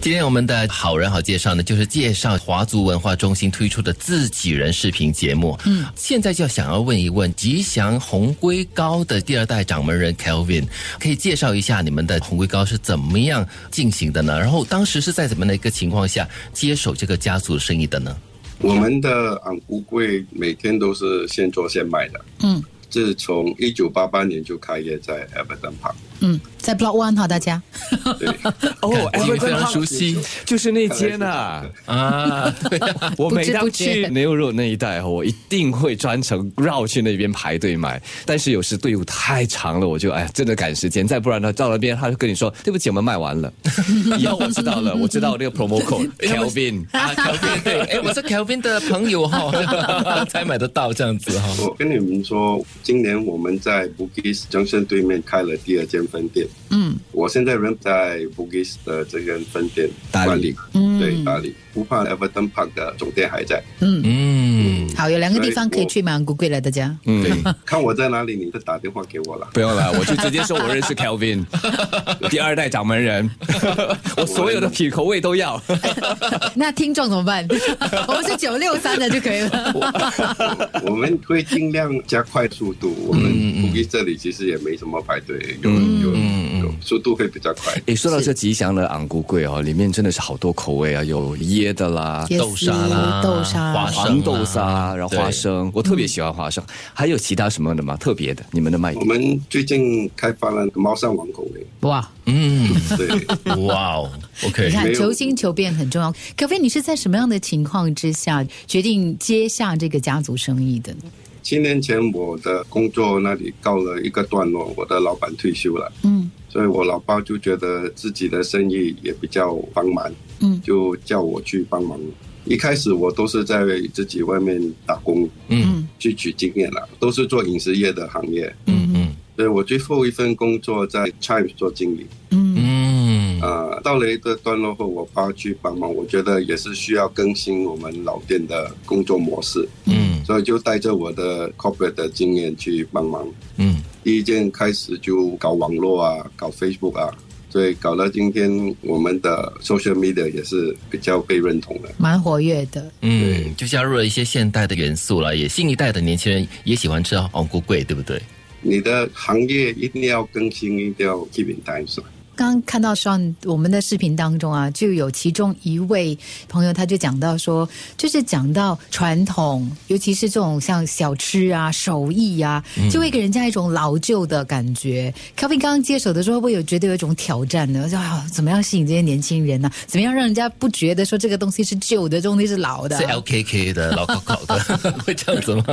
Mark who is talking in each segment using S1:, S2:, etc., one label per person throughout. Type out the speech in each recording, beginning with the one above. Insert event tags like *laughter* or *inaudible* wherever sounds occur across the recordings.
S1: 今天我们的好人好介绍呢，就是介绍华族文化中心推出的自己人视频节目。嗯，现在就想要问一问吉祥红龟高的第二代掌门人 Kelvin，可以介绍一下你们的红龟高是怎么样进行的呢？然后当时是在怎么样的一个情况下接手这个家族生意的呢？
S2: 我们的昂古柜每天都是现做现卖的。
S3: 嗯
S2: 自从一九八八年就开业在 Everton Park，
S3: 嗯，在 Block One 哈，大家 *laughs*
S2: 对，
S4: 哦
S1: 感觉非
S4: Everton
S1: 常
S4: Park
S1: 熟悉
S4: 就是那间呐、
S1: 啊！
S4: 啊，我每
S3: 不知
S4: 当
S3: 不
S4: 去
S3: 觉
S4: 牛肉那一带，我一定会专程绕去那边排队买。但是有时队伍太长了，我就哎真的赶时间，再不然呢，到那边他就跟你说对不起，我们卖完 *laughs* 了。以后我知道 *laughs* 了，我知道那个 promo *laughs* code Kelvin。
S1: 啊，Kelvin 对，哎，我是 Kelvin 的朋友哈、 *laughs* 才买得到这样子哦哈、
S2: 我跟你们说，今年我们在 Bugis Junction 对面开了第二间分店。
S3: 嗯，
S2: 我现在人在 Bugis 的这间分店
S4: 打理
S2: 管理，
S3: 嗯
S2: 对打理。不怕 Everton Park 的总店还在，
S1: 嗯，
S3: 好，有两个地方可以去蛮古贵了，大家。
S4: 嗯，
S2: 看我在哪里，你就打电话给我了。
S4: 不用了，我就直接说我认识 *laughs* Kelvin，第二代掌门 *laughs* 人，我所有的品口味都 *laughs* 要。
S3: *laughs* 那听众怎么办？我们是九六三的就可以了。
S2: *laughs* 我们会尽量加快速度。我们 Bugis 这里其实也没什么排队，有有有，速度会比较快。
S4: 诶，哎说到这吉祥的昂咕贵哦，里面真的是好多口味啊，有椰的啦。
S3: 椰
S1: 豆沙啦，
S3: 丝豆沙
S1: 花生啊
S4: 黄
S1: 啦
S4: 豆沙，然后花
S1: 对
S4: 生，我特别喜欢花生。还有其他什么的吗？特别的，你们的卖
S2: 我
S4: 点？
S2: 们最近开发了猫山王口味，
S3: 哇，
S1: 嗯，
S2: 对，
S1: 哇哦
S3: 你
S1: ，OK，
S3: 看
S2: 没有
S3: 求新求变很重要。可菲，你是在什么样的情况之下决定接下这个家族生意的呢？
S2: 七年前我的工作那里告了一个段落，我的老板退休了，
S3: 嗯
S2: 所以我老爸就觉得自己的生意也比较繁忙，
S3: 嗯
S2: 就叫我去帮忙。一开始我都是在自己外面打工
S1: 嗯
S2: 去取经验了，都是做饮食业的行业，
S1: 嗯嗯
S2: 所以我最后一份工作在 Chimes 做经理。
S3: 嗯
S1: 嗯
S2: 啊，到了一个段落后，我爸去帮忙，我觉得也是需要更新我们老店的工作模式，
S1: 嗯
S2: 所以就带着我的 corporate 的经验去帮忙。
S1: 嗯
S2: 第一件开始就搞网络啊，搞 Facebook 啊，所以搞到今天，我们的 social media 也是比较被认同的。
S3: 蛮活跃的。
S1: 嗯，就加入了一些现代的元素了，也新一代的年轻人也喜欢吃哦红菇桂，对不对？
S2: 你的行业一定要更新，一定要 keep in time。
S3: 刚刚看到上我们的视频当中啊，就有其中一位朋友，他就讲到说，就是讲到传统，尤其是这种像小吃啊、手艺啊，就会给人家一种老旧的感觉。Kevin 刚刚接手的时候，会不会有觉得有一种挑战呢？就啊，怎么样吸引这些年轻人呢、怎么样让人家不觉得说这个东西是旧的，这个东西是老的
S1: 是？LKK 哎的老 *laughs* 烤烤的，会这样子吗？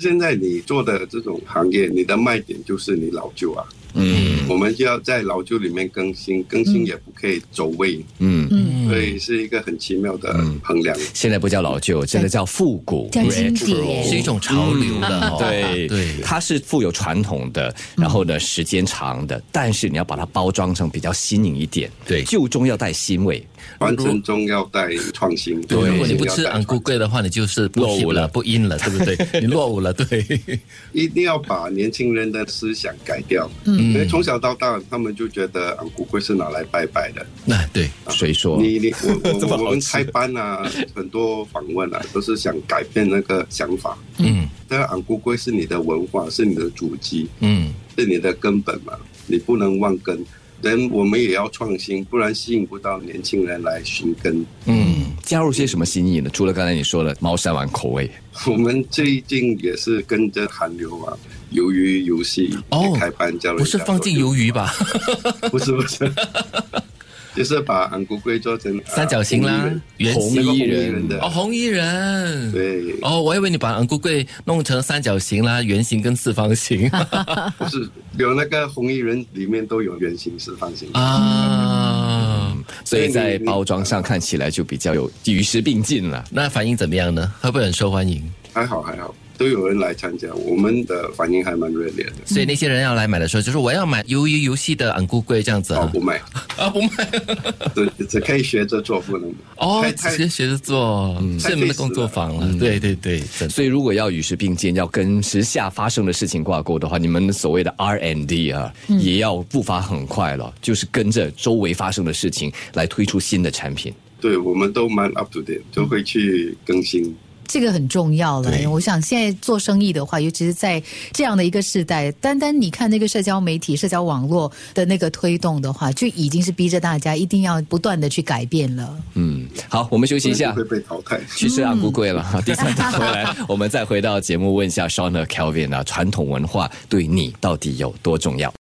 S2: 现在你做的这种行业，你的卖点就是你老旧啊。
S4: 嗯
S2: 我们就要在老旧里面更新，更新也不可以走位，
S4: 嗯，
S2: 所以是一个很奇妙的衡量。
S4: 现在不叫老旧，真的叫复古
S3: 叫经典
S4: retro
S1: 是一种潮流
S3: 嗯
S1: 了、哦
S4: 对
S1: 对，
S4: 它是富有传统的，然后呢，时间长的，但是你要把它包装成比较新颖一点，
S1: 对
S4: 旧中要带新味，
S2: 完成中要带创新，
S1: 如果你不
S2: 要
S1: 吃
S2: 带
S1: 昂菇桂的话，你就是不
S4: 落伍
S1: hip 了，
S4: 了
S1: 不 in 了，对不 *laughs* 对？你落伍了，对，
S2: 一定要把年轻人的思想改掉，
S4: 嗯
S2: 因为从小到大他们就觉得昂古贵是拿来拜拜的。
S1: 那对，
S4: 谁说？
S2: 你你
S1: *laughs*
S2: 我
S4: 这么
S2: 我
S4: 好吃
S2: 我们开班啊，很多访问啊，都是想改变那个想法。
S1: 嗯
S2: 但昂古贵是你的文化，是你的祖籍，
S1: 嗯
S2: 是你的根本嘛，你不能忘根。人我们也要创新，不然吸引不到年轻人来寻根。 *laughs*
S1: 嗯
S4: 加入些什么新意呢？除了刚才你说的猫山王口味，
S2: 我们最近也是跟着韩流嘛，鱿鱼游戏
S1: 哦
S2: 也开班教人家
S1: 不是放进鱿鱼吧？
S2: 做， *laughs* 不是不是， *laughs* 就是把昂古龟做成
S1: *laughs* 三角形啦
S2: 呃
S1: 圆
S2: 红衣人那个
S4: 形
S2: 红衣人的
S1: 哦，红衣人，
S2: 对，
S1: 哦，我以为你把昂菇桂弄成三角形啦、圆形跟四方形
S2: 不是有那个红衣人里面都有圆形、四方形。
S1: 啊。
S4: 所以
S2: 所以
S4: 在
S2: 你
S4: 包装上看起来就比较有与时并进了。
S1: 那反应怎么样呢？会不会很受欢迎？
S2: 还好还好，都有人来参加，我们的反应还蛮热烈的。
S1: 所以那些人要来买的时候，就是我要买鱿鱼游戏的昂咕龟这样子
S2: 哦，
S1: 啊
S2: 不卖，
S1: 啊，不卖
S2: 只只可以学着做，不能
S1: 哦
S2: 太，
S1: 直
S2: 太
S1: 接学着做，是你们的工作坊了，对对对，真的
S4: 所以，如果要与时并进，要跟时下发生的事情挂钩的话，你们所谓的 R n D 啊，也要步伐很快了，就是跟着周围发生的事情来推出新的产品。
S2: 对，我们都蛮 up to date，都会去更新。
S1: 嗯
S3: 这个很重要了
S1: 对。
S3: 我想现在做生意的话，尤其是在这样的一个时代，单单你看那个社交媒体、社交网络的那个推动的话，就已经是逼着大家一定要不断的去改变了。
S4: 嗯，好，我们嗯休息一下
S2: 会。被淘汰。
S4: 去吃安菇贵了， *laughs* 第三段回来，我们再回到节目，问一下 Sean 和 Kelvin 啊，传统文化对你到底有多重要？